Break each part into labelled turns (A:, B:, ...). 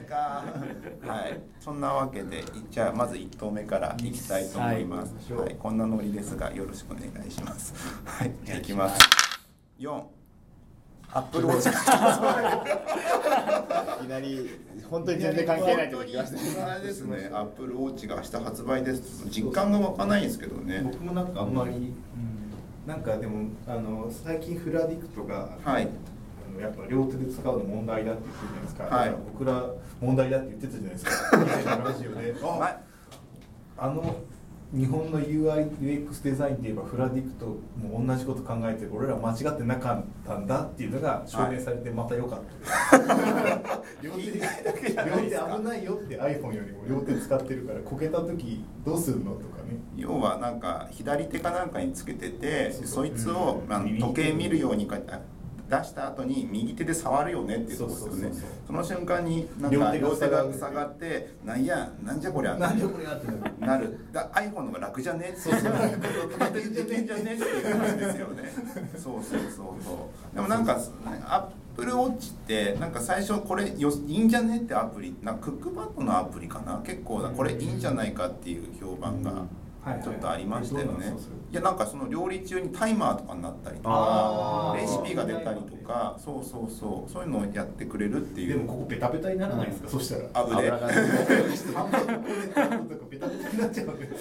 A: か はいそんなわけでじゃあまず1投目からいきたいと思います、
B: はい
A: はい、こんなノリですがよろしくお願いしますはいじゃあいきます4アップルウォッチ
C: いきなり本当に全然関係ないとこ行きましたね
A: あれですねアップルウォッチが明日発売です実感が湧かないんですけどね
D: 僕もなんかあんまりなんかでもあの最近フラディクトが、
A: はい
D: あのやっぱ両手で使うの問題だって言ってるじゃないですか、
A: はい
D: だから僕ら問題だって言ってたじゃないですか以 前のラジオであ
A: ま
D: あの日本の UIUX デザインでいえばフラディクトも同じこと考えて俺ら間違ってなかったんだっていうのが証明されてまた良か ったです、両手両手危ないよって iPhone よりも両手使ってるからこけた時どうするのとかね
A: 要はなんか左手かなんかにつけてて
D: そう
A: そ
D: そう
A: いつを
D: うん
A: あの
D: 右手
A: 時計見るようにかあ出した後に右手で触るよねっていうとこですよ
D: そう
A: ね
D: そうそう
A: その瞬間になんか両
D: 両
A: 手
D: 手
A: が
D: が
A: 塞がって「なんやなんじゃこりゃ」
D: なんでこれやってなる
A: なるだ iPhone の方が楽じゃねそうそう楽じゃねじゃねっていう話ですよねそうそうそうそうでもなんかアップルウォッチってなんか最初これよいいんじゃねってアプリなんかクックパッドのアプリかな結構だこれいいんじゃないかっていう評判が
D: はいはい
A: ちょっとありましたよ
D: えどうな
A: ね
D: んですかそれ
A: いやなんかその料理中にタイマーとかになったりとか
D: あ
A: レシ
D: ー
A: ピが出たりとかそうそうそうそういうのをやってくれるってい
D: で
A: う
D: もここベタベタにならないんですか、そしたら
A: あぶれ
C: 油が
D: 半分ここで半分とかベタベタになっちゃうんで
A: えー、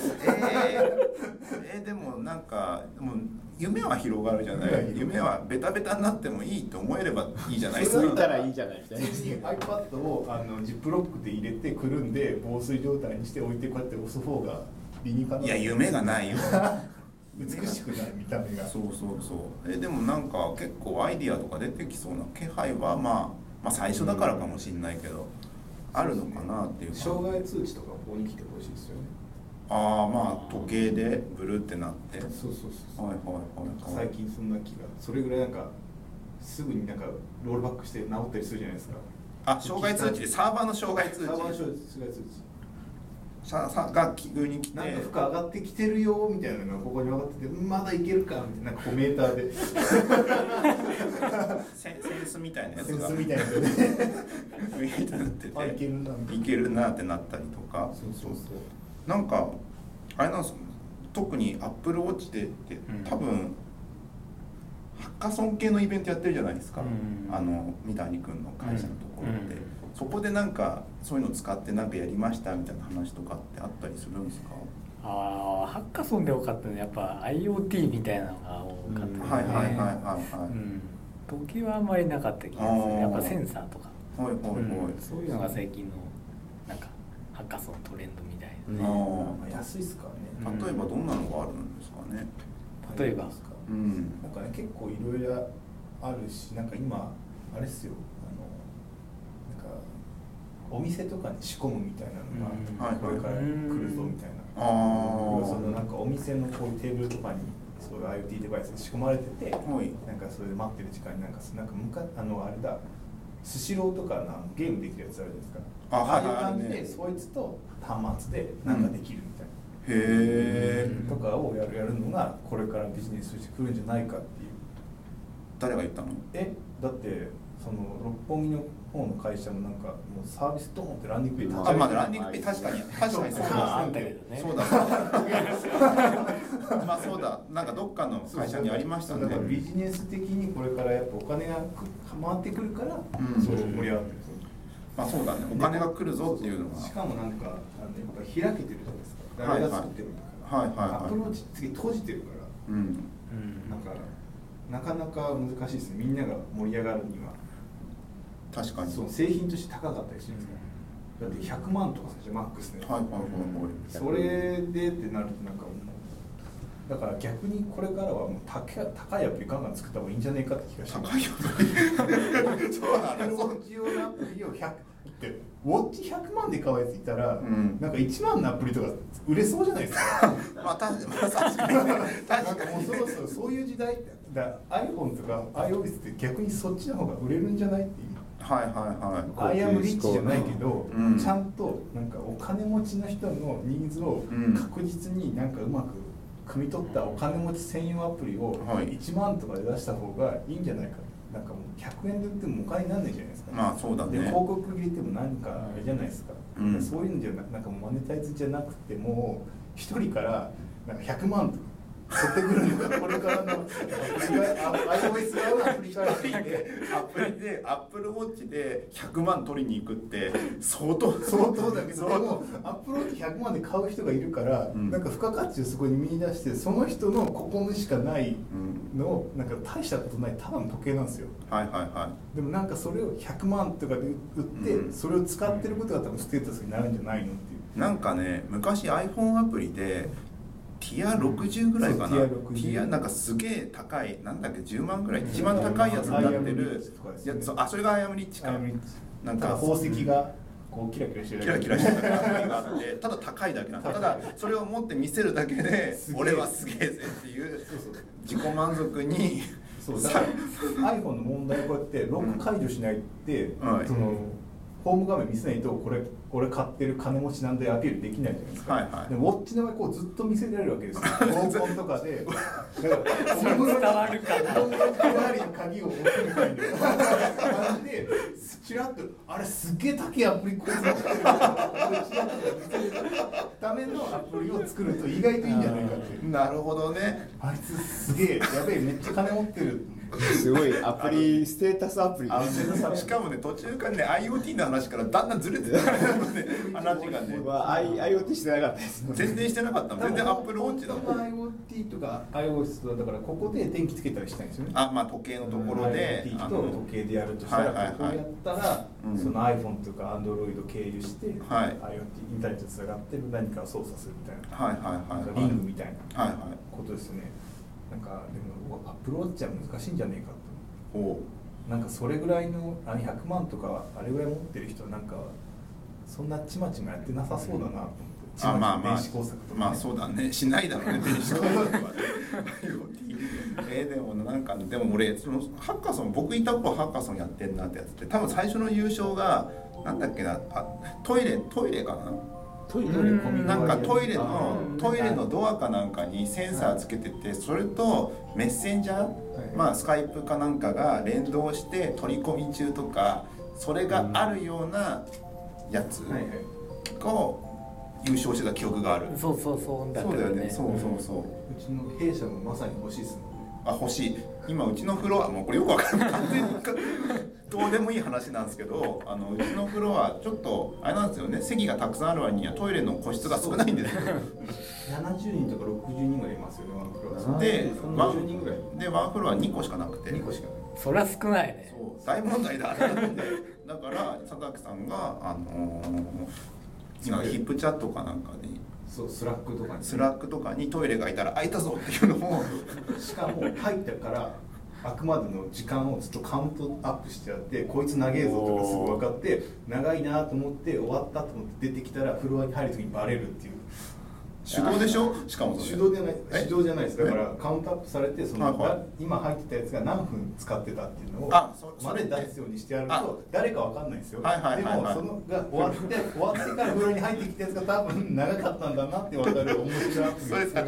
A: えーでもなんかもう夢は広がるじゃない夢はベタベタになってもいいと思えればいいじゃないです
C: 気
A: か
C: づいたらいいじゃないみたいな
D: iPad をあのジップロックで入れてくるんで防水状態にして置いてこうやって押す方が理にかない
A: や夢がない よ
D: 美しくない見た目が
A: そうそうそうえでもなんか結構アイディアとか出てきそうな気配は、まあ、まあ最初だからかもしんないけどあるのかなっていう感じ
B: 障害通知とかここに来てほしいですよね
A: ああまあ時計でブルってなってはい
B: そうそうそう
A: はい
D: なんか
A: はいはい
D: 最近そんな気がそれぐらいなんかすぐになんかロールバックして治ったりするじゃないですか
A: あ障害通知でサーバーの障害通
D: サーバー
A: 知
D: 障害通知
A: ささが急に来て
D: なんか負荷上がってきてるよみたいなのがここに分かっててまだいけるかみたいななんかこうメータ ーで
A: センセンスみたいなやつ
D: セン
A: が
D: スみたいなの で
A: みたいになって
D: あい
A: て
D: けるなみたい
A: い
D: な
A: けるなってなったりとか
D: そうそうそう
A: なんかあれなんですよ特にアップルウォッチでって
B: ん
A: 多分、ハッカソン系のイベントやってるじゃないですか、
B: うん
A: あの三谷君の会社のところ
B: う
A: で、
B: んうん
A: そこでなんかそういうの使ってなんかやりましたみたいな話とかってあったりするんですか、
E: ああハッカソンで多かったのはやっぱ IoT みたいなのが多かったですね、
A: はいはいはいはいはい、
E: うん時はあんまりなかった気がす
A: あー
E: るやっぱセンサーとか、
A: はいはいはい、
E: うんそういうのが最近のなんかハッカソントレンドみたいな、
A: あー
D: 安いっすからね
A: 例えばどんなのがあるんですかね
E: 例えば
A: うん
D: なんかね結構いろいろあるしなんか今あれっすよあのなんかお店とかに仕込むみたい
E: うん
D: な
A: はい
D: のがこれから来るぞみたいな
A: あー
D: 要はそのなんかお店のこういうテーブルとかにそういう IoT デバイスが仕込まれてて
A: はい
D: なんかそれで待ってる時間になんかすなんかむかあのあれだスシローとかのあのゲームできるやつあるじゃないですか
A: あはいはい
D: ああいう感じ
A: あるね
D: でそいつと端末でなんかできるみたいな、
A: へえ、
E: うん
D: とかをやるやるのがこれからビジネスとして来るんじゃないかっていう
A: 誰が言ったの
D: えだってその六本木の方の会社もなんかもうサービスドーンってランニングで立ち
A: あ、
D: 上げ
A: まあ、
D: て
A: ランディングペイ確かに、確かにそう
E: あ
A: だ
E: っ。たけどね
A: そうだそうだ。まあ、そうだ、なんかどっかの会社にありました
D: そうだ
A: ね
D: から。ビジネス的にこれからやっぱお金がく回ってくるから、
A: うん
D: そう盛り上がってるんですよ
A: まあ、そうだね、お金が来るぞっていうのが。
B: しかもなんかあのやっぱ開けてるじゃないですか
A: はい
B: 誰が作ってもいいから、
A: はいはい
D: アプロー
A: は
D: チ次閉じてるから
A: い。うん。
E: うん
D: なんかなかなか難しいですねみんなが盛り上がるには
A: 確かに。
D: その製品として高かったりしますからだって100万とか最初マックスね、
A: はいはいはいはい。
D: それでってなるとなんかもうだから逆にこれからはもう高い高いアプリガンガン作った方がいいんじゃないかって気がします
A: 高いよね。そうだ
D: アプ
A: ね
D: ルウ。ォッチ用のアプリを100ってウォッチ100万で買うやついたら、
A: うん
D: なんか1万のアプリとか売れそうじゃないですか
A: まあ、た、まあ、確かにね。
D: なん
A: 確
D: か
A: か
D: もう
A: に
D: そ
A: ね。
D: ろそろそういう時代だ iPhone とか iOS って逆にそっちの方が売れるんじゃないっていう
A: はいはいは
D: アイアムリッチじゃないけど、
A: うん
D: ちゃんとなんかお金持ちの人のニーズを
A: うん
D: 確実になんかうまく汲み取ったお金持ち専用アプリを
A: はい
D: 1万とかで出した方がいいんじゃないか、
A: い。
D: なんかもう100円で売ってもお金にならないじゃないですか、
A: まあそうだね
D: で広告入れても何かあれじゃないですか、
A: うん
D: そういうのじゃななんかマネタイズじゃなくてもう一人からなんか100万とか取ってくるのがこ れからのアプリがあ iOS 側のアプリからして
A: アプリでアップルウォッチで100万取りに行くって相当
D: 相当だけどで
A: 相当
D: もアップロード100万で買う人がいるから、
A: うん
D: なんか付加価値をそこに見出してその人のここにしかな
A: う
D: い
A: ん
D: のをなんか大したことないただの時計なんですよ
A: はいはいはい
D: でもなんかそれを100万とかで売って、
A: うん
D: それを使ってることが多分ステータスになるんじゃないのっていう
A: なんかね昔 iPhone アプリでティア60ぐらいかな
D: そ
A: テ
D: うティア60
A: ィアなんかすげえ高いなんだっけ10万ぐらい一番高いやつになって
D: アイアムリ
A: る
D: ッチとかです
A: や
D: ね
A: つあそれがアイアムリッチか
D: あの
A: なんか
D: 宝石がこうキラキラしてる
A: キラキラしてた感じがあってただ高いだけなんだただそれを持って見せるだけです
D: げえ
A: 俺はすげえぜっていう
D: そうそう
A: 自己満足に
D: そうだから iPhone の問題こうやってロック解除しないって、
A: はい
D: そのホーム画面見せないとこれ俺買ってる金持ちなんでアピールできないじゃないですか、
A: はいはい
D: でもウォッチの場合こうずっと見せられるわけですよ合コンとかでだから
E: それ伝わるか
D: お風呂にフェラーリの鍵を置くみたいな感じでチラッとあれすっげえ高いアプリこいつ持ってるからこれチラッと見せるためのアプリを作ると意外といいんじゃないかっていう
A: なるほどね
D: あいつすげえやべえめっちゃ金持ってる
C: すごいアプリステータスアプリ
A: あのしかもね途中からね IoT の話からだんだんずれ てたね話がね
C: 僕は I- IoT してなかったです
A: 全然してなかったもん全然アップルウォッチだもん
D: IoT とか iOS はだからここで電気つけたりしたいんですよね
A: あまあ時計のところで
D: IoT
A: あ
D: と
A: の
D: 時計でやるとしたら、
A: はいはい
D: こ
A: はいう
D: やったら、
A: うん
D: その iPhone とか Android を経由して、
A: はい
D: IoT インターネットつながってる何かを操作するみたいな,、
A: はいはいはい
D: なん
A: は
D: か
A: い
D: リングみたいな
A: はいはい
D: ことですねなんかでもアップローチは難しいんじゃねえかと
A: おう
D: なんかそれぐらいのあの100万とかあれぐらい持ってる人はなんかそんなちまちまやってなさそうだなと思って
A: あ
D: ちまち
A: まあ
D: ま
A: まあ
D: 電子工作とかね、
A: まあそうだねしないだろうね電子工作は ね IoT えーでもなんかでも俺そのハッカソン僕いた頃ハッカソンやってんなってやつって多分最初の優勝がなんだっけなあトイレトイレかな
D: トイレ
E: うん
D: コミュニティ
A: なんかトイレの
E: うん
A: トイレのドアかなんかにセンサーつけててそれとメッセンジャーまあスカイプかなんかが連動して取り込み中とかそれがあるようなやつ
B: はいはい
A: を優勝してた記憶がある
E: そうそうそうだっ
A: そ
E: た
A: うだ
E: よ
A: よ
E: ね
A: ねそうそうそう
B: うちの弊社もまさに欲しいですもんね
A: あ欲しい今うちのフロアもうこれよくわかんない完全にどうでもいい話なんですけどあのうちのフロアちょっとあれなんですよね席がたくさんある割にはトイレの個室が少ないんですよ
B: 70人とか60人ぐらいいますよねワンフロア
A: でワ
B: 30人ぐらい
A: ンでワンフロア2個しかなくて
B: 2個しかない
E: そりゃ少ないね
A: そう大問題だってなってだから佐々木さんがあのー今ヒップチャットかなんかに
B: そうスラックとかに
A: スラックとかにトイレがいたら空いたぞっていうのを
D: しかも入ったからあくまでの時間をずっとカウントアップしてやってこいつ長えぞとかすぐ分かって長いなと思って終わったと思って出てきたらフロアに入るときにバレるっていう
A: 手動でしょしかもそ
D: 手
A: れ
D: 動じゃない
A: え
D: 手動じゃないですだからカウントアップされてその、
A: はいはい
D: だ今入ってたやつが何分使ってたっていうのを
A: あそそ
D: ま
A: れ
D: で
A: ね
D: 出すようにしてやる
A: あ
D: と誰か分かんないですよ、
A: はいはいはいはい
D: でもそのが終わって終わってからフロアに入ってきたやつが多分長かったんだなって分かる面白いアプリ
A: それさ、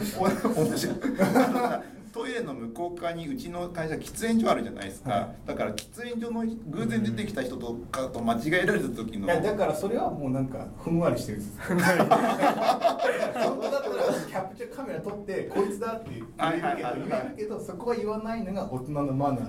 A: お面白い。あのさトイレの向こう側にうちの会社喫煙所あるじゃないですか、
D: は
A: だから喫煙所の偶然出てきた人とかと間違えられた時の
D: いやだからそれはもうなんかふんわりしてるんですそこだったらキャプチャーカメラ撮ってこいつだって言えるけど言えるけどそこは言わないのが大人のマナ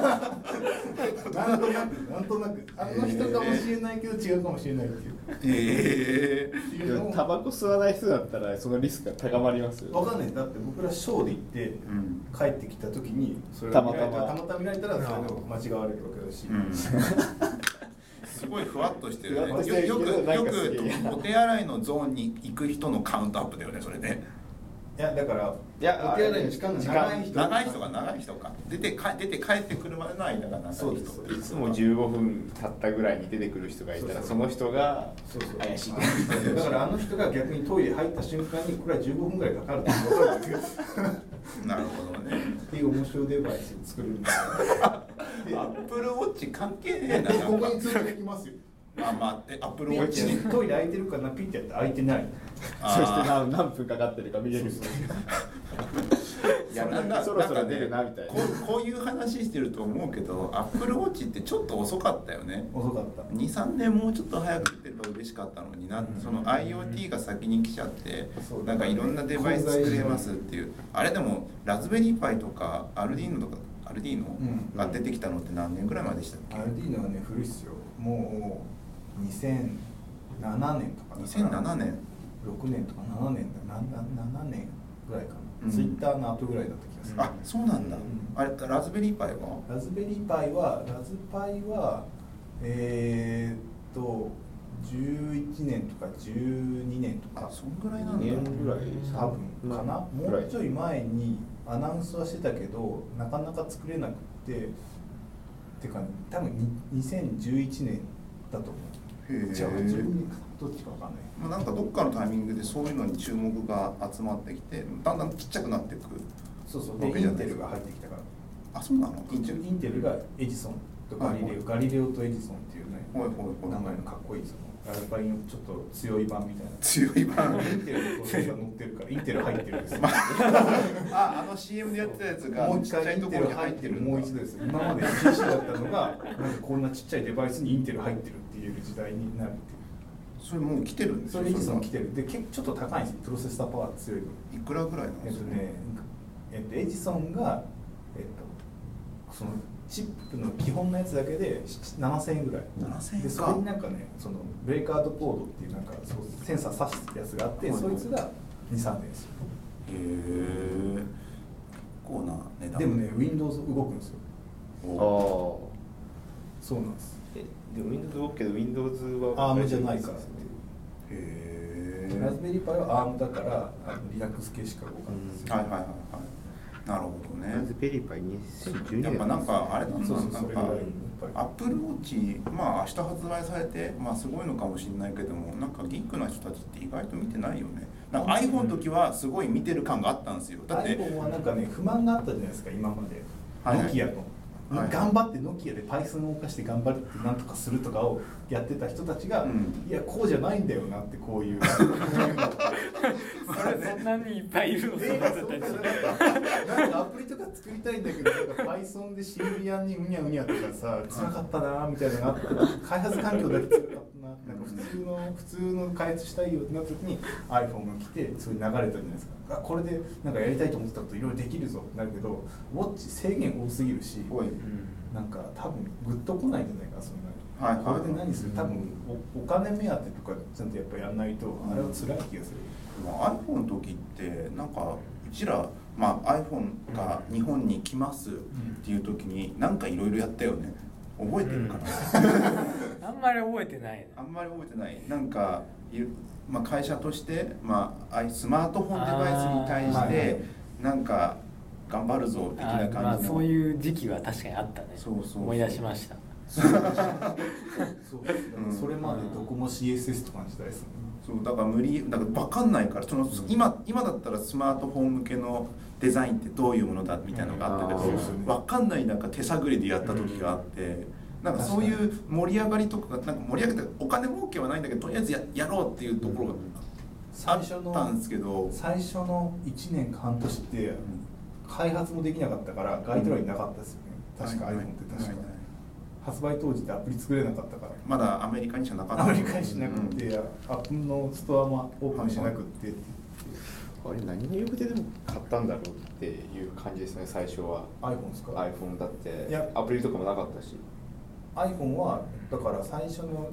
D: ーなんとなくなんとなくあの人かもしれないけど違うかもしれないってい
A: え
D: う
A: え
D: って
C: で
D: いうの
C: もタ
D: を
C: バコ吸わない人だったらそのリスクが高まりますよ
D: わかんないだって僕らショーで行って
A: うん
D: 帰ってきた時にそれ
C: たまたま
D: たまたま見られたらそれでも間違われるわけだし、
A: うん、 すごいふわっとしてるね
C: ふ
A: よ
C: わっとしてるけど
A: よく
C: な
A: よ
C: んかすげえ
A: くお手洗いのゾーンに行く人のカウントアップだよねそれね
D: いやだから
C: いや
D: お手洗いの時間が長い人
A: 長い人が長い人か出てか出て帰ってくるまでの間が長い人
D: そうです
C: いつも15分経ったぐらいに出てくる人がいたらその人が
D: そうそう
C: 怪しい
D: だからあの人が逆にトイレ入った瞬間にこれは15分ぐらいかかるって分 かるんですよ
A: なるほどね
D: っていう面白いデバイスを作るんです
A: アップルウォッチ関係ねえな
D: で
A: な
D: こ
A: ん
D: こ
A: か
D: に通知きますよ
A: あまあえアップルウ
D: ピ
A: ォ
D: ッ
A: ッチに
D: てトイレ空いてるかなピッてやって空いてない
C: そして何何分かかってるか見れるいやなんかそろそろ出るなみたいな
A: こうこういう話してると思うけどアップルウォッチってちょっと遅かったよね
D: 遅かった
A: 23年もうちょっと早く出れば嬉しかったのにな
D: うん
A: その IoT が先に来ちゃって
D: そう
A: なんかいろんなデバイス作れますっていうあれでもラズベリーパイとかアルディーノとかアルディーノ
D: うん
A: が出てきたのって何年ぐらいまででしたっけ
D: アルディーノはね古いっすよもう
A: 2007
D: 2007年とかだから
A: 年
D: 6年とか7年だなな7年ぐらいかな、
A: うん
D: ツイッターの後ぐらいだった気がする
A: あそうなんだ
D: うん
A: あれラズベリーパイは
D: ラズベリーパイはラズパイはえー、っと11年とか12年と
A: あ
D: か
A: そんぐらいな
C: 2
A: んだ
C: 年ぐらい
D: 多分かな、
C: ぐ
D: も
C: らいう
D: ちょい前にアナウンスはしてたけどなかなか作れなくててか多分に2011年だと思
A: へ
D: う
A: え
D: じゃあ12年かどっちかわかんない
A: まあ、なんかどっかのタイミングでそういうのに注目が集まってきてだんだんちっちゃくなっていく
D: そうそう
A: わ
D: で
A: け
D: イ
A: じゃな
D: ン
A: い
D: テルが入ってきたから
A: あそうなの
D: インテルインテルがエジソンとガリレオ、ガリレオとエジソンっていうね、
A: ほいほいほい
D: 名前のかっこいいそのアルパインのちょっと強い版みたいな。
A: 強い版
D: インテルの装置が載ってるから、インテル入ってるんですよ。
A: ああの CM でやってたやつが
D: もう
A: ち
D: 一
A: っちゃ
D: 回
A: い
D: イ
A: とこ
D: ンテ
A: ろ
D: ル
A: に入
D: 入
A: っ
D: ってて
A: る
D: る。
A: んだ
D: もう一度ですよ。今まで禁止だったのが、なんかこんなちっちゃいデバイスにインテル入ってるっていう時代になるっていう。
A: それもう来てるんです
D: そ
A: よ
D: れエジソン
A: は
D: 来てる。で、結構ちょっと高いんですよ。プロセッサーパワー強い分。
A: いくらぐらいなの
D: えっとね、えっと、エジソンが、えっと、そのチップの基本のやつだけで7 7000円ぐらい
A: 7000円か
D: でそこになんかねそのブレイクアウトコードっていうなんかそうセンサー挿すやつがあって、
A: はい
D: そいつが23年ですよ
A: へえ結構な値段
D: でもね Windows 動くんですよ
C: あ
A: お
C: あ
D: そうなんです
C: えでも Windows 動くけど Windows は
D: アームじゃないからっ
A: へ
D: て
A: え
D: ラズベリーパイは ARM だからあのリラックス系しか動かないんですよ、
A: はいはいはいはいなるほどね
C: ラズベリーパイ2012年
A: やっぱなんかあれなんだ
D: そうそう
A: な
D: そ
A: ん
D: れぐらい
A: か
D: やっぱり
A: アップルウォッチまあ明日発売されてまあすごいのかもしれないけどもなんかギックな人たちって意外と見てないよねなんか iPhone の時はすごい見てる感があったんですよだって
D: iPhone はなんかね不満があったじゃないですか今まで、
A: はいはい
D: ノキアの、
A: はい
D: 頑張ってノキアで Python を動かして頑張るってなんとかするとかをやってた人たちが、
A: うん
D: いやこうじゃないんだよなってこう いうこういうの
E: それそんなにいっぱいいるのそ
D: え
E: の
D: ー
E: 人
D: そ
E: た
D: う
E: ち
D: かなんかなんかアプリとか作りたいんだけどなんか Python でシンビアンにうにゃうにゃとかさつらかったなみたいなのがあったら開発環境だけつらかったななんか普通の普通の開発したいよってなった時に iPhone が来てそれ流れたじゃないですかあこれでなんかやりたいと思ってたこといろいろできるぞってなるけどウォッチ制限多すぎるし
A: おい
D: なんか多分グッと来ないんじゃないかなそんなに。
A: はいはい
D: これで何する多分おお金目当てとかちゃんとやっぱやんないとあれは辛い気がする。
A: まあ iPhone の時ってなんかうちら、まあ、iPhone が日本に来ますっていう時になんかいろいろやったよね覚えてるかな、
E: あんまり覚えてない
A: あ
E: なん
A: まり覚えてないなんかいる、まあ、会社として、まああい、スマートフォンデバイスに対
D: あ
A: し
D: ーはいは
A: てなんか頑張るぞ的な
E: あ
A: 感じの
E: まあそういう時期は確かにあったね
A: そうそうそう
E: 思い出しました
D: そうですね
A: うん
D: それまでどこも CSS とかの時代ですもんね
A: そうだから無理だから分かんないからその今今だったらスマートフォン向けのデザインってどういうものだみたいなのがあったけど、
C: うんあーそうです
D: よね
A: 分かんないなんか手探りでやった時があって、なんかそういう盛り上がりとかがなんか盛り上げてお金儲けはないんだけどとりあえずややろうっていうところがあ
D: 最初
A: ったん
D: の
A: ですけど、
D: 最初の1年か半年って開発もできなかったからガイドラインなかったですよね確か
A: はい
D: iPhone って確か
A: はいはい
D: 発売当時ってアプリ作れなかったから
A: まだアメリカにしかなかった
D: アメリカにしなくて
A: うん
D: アップルのストアもオープンしなくって
C: あれ何の欲ででも買ったんだろうっていう感じですね最初は
D: iPhone ですか
C: iPhone だって
D: いや
C: アプリとかもなかったし
D: iPhone はだから最初の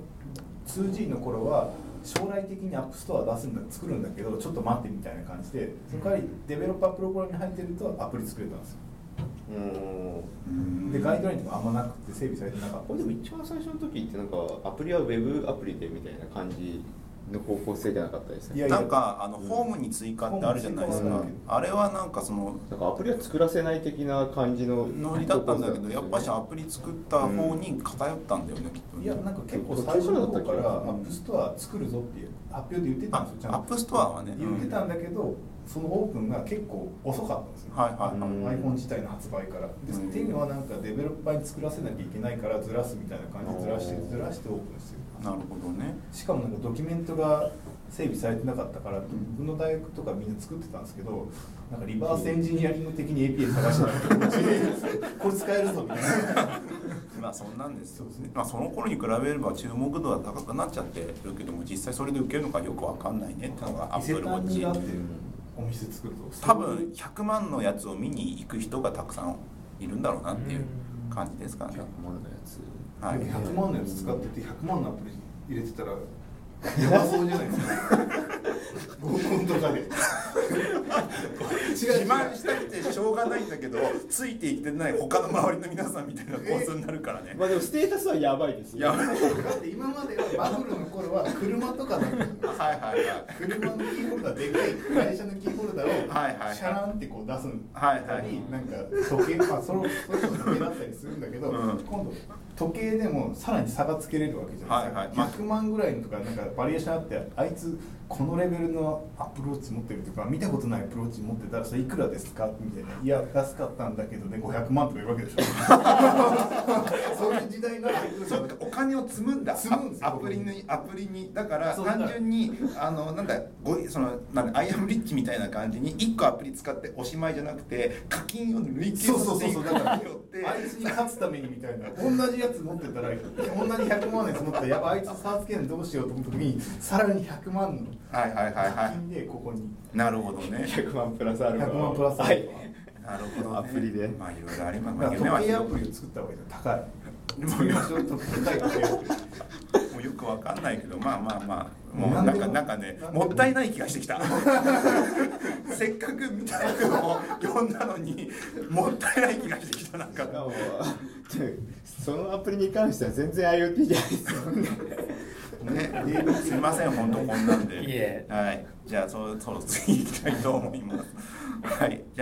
D: 2G の頃は将来的にアップストア出すんだ作るんだけどちょっと待ってみたいな感じでその代わりデベロッパープログラムに入ってるとアプリ作れたんですよ
C: うーん
A: うん
D: でガイドラインとかあんまなくて整備されてなかっ
C: これでも一番最初の時ってなんかアプリはウェブアプリでみたいな感じの方向性じゃなかったです
D: い
C: ね
D: や
A: なんかあのホームに追加ってあるじゃないです
C: ホー
A: か
C: ムに追
A: あれはなんかその
C: なんかアプリは作らせない的な感じの
A: ノリだったんだけどやっぱし
C: し
A: アプリ作った方に偏ったんだよねきっと
D: た
A: ね
D: いやなんか結構最初の方からアップストア作るぞっていう発表で言ってたんですよちゃんと
A: アップストアはね
D: 言ってたんだけどそのオープンが結構遅かったんですよ
A: はいはいはい、
C: う
D: iPhone
C: ん
D: 自体の発売からで
A: うん
D: っていうのはなんかデベロッパーに作らせなきゃいけないからずらすみたいな感じでずらして
C: おー
D: ずらしてオープンしてる
A: なるほどね
D: しかもなんかドキュメントが
F: 整備されてなかったから僕の大学とかみんな作ってたんですけどなんかリバースエンジニアリング的に API 探してたら これ使えるぞみたいな。
A: まあそんなんです
F: そ
A: よ
F: うですね
A: まあその頃に比べれば注目度は高くなっちゃってるけども実際それで受けるのかよくわかんないねっていうのがア
F: 伊
A: ップ
F: 勢
A: ルウォ
F: 丹
A: ッ
F: に
A: チ
F: だってお店作ると
A: 多分100万のやつを見に行く人がたくさんいるんだろうなっていう感じですからね、
C: 万のやつ
A: はい、
F: でも
D: 100万のやつ使ってて100万のアプリ入れてたらやばそうじゃないです か合コンとかで
A: 自慢したくてしょうがないんだけどついていってない他の周りの皆さんみたいな構図になるからね
C: まあでもステータスはやばいです
A: い
C: よ
A: やはい
D: だって今まではバブルの頃は車とかだったの
A: はいはい
D: 車のキーホルダーでかい会社のキーホルダーを
A: はいはいはい
D: シャランってこう出すん
A: はい
D: た
A: はい
D: りなんか時計まあそのそれこそ時計だったりするんだけど、
A: うん
D: 今度時計でもさらに差がつけれるわけじゃないですか、
A: はいはいまあ
D: 100万ぐらいのとかなんかバリエーションあってあいつこのレベルのアプローチ持ってるとか見たことないアプローチ持ってたらそれいくらですかみたいないや安かったんだけどね500万とか言うわけ でしょそういう時代になってくる
A: そうかお金を積むんだ
D: 積むんですよ
A: アプリにアプリにだから
D: そうだから
A: 単純にあのなんだごそのなんだアイアムリッチみたいな感じに1個アプリ使っておしまいじゃなくて課金を累計
D: そうそ
A: さ
D: う
A: せ
D: そう
A: てい
D: そ
A: く
D: う
A: こ
D: だ
A: と
D: か
A: に
D: らあい
A: よって
D: つに勝つためにみたいな同じやつ持ってたら同じ100万のやつ持ったらやっぱあいつ差つけるのどうしようと思った時にさらに100万の
A: はいはいはい
D: 課
A: は
D: 金でここに
A: いなるほどね
C: 100万プラスアルファ
D: 100万プラスア
C: は
D: ル
C: い
D: ファ
A: なるほど、ね、
C: アプリで
A: まあいろいろあります
D: だ
A: まあ
D: から
A: 夢は
D: 時計ア
A: 広
D: プ
A: く
D: リを作った方がいいの高い
A: でもよ
D: ちょっと高い時計アプリ
A: もうよくわかんないけどまあまあまあもう
D: 何
A: な
D: で
A: ん
D: も
A: かなんかね
D: 何でも
A: もったいない気がして きたせっかくみたいなのを呼んだのにもったいない気がしてきたなんか
C: しかもそのアプリに関しては全然 IoT じゃないですよ
A: ね、すみません、本当こんなんで。
E: いえ
A: はい、じゃあ、そろそろ次行きたいと思います。はい、じゃあ。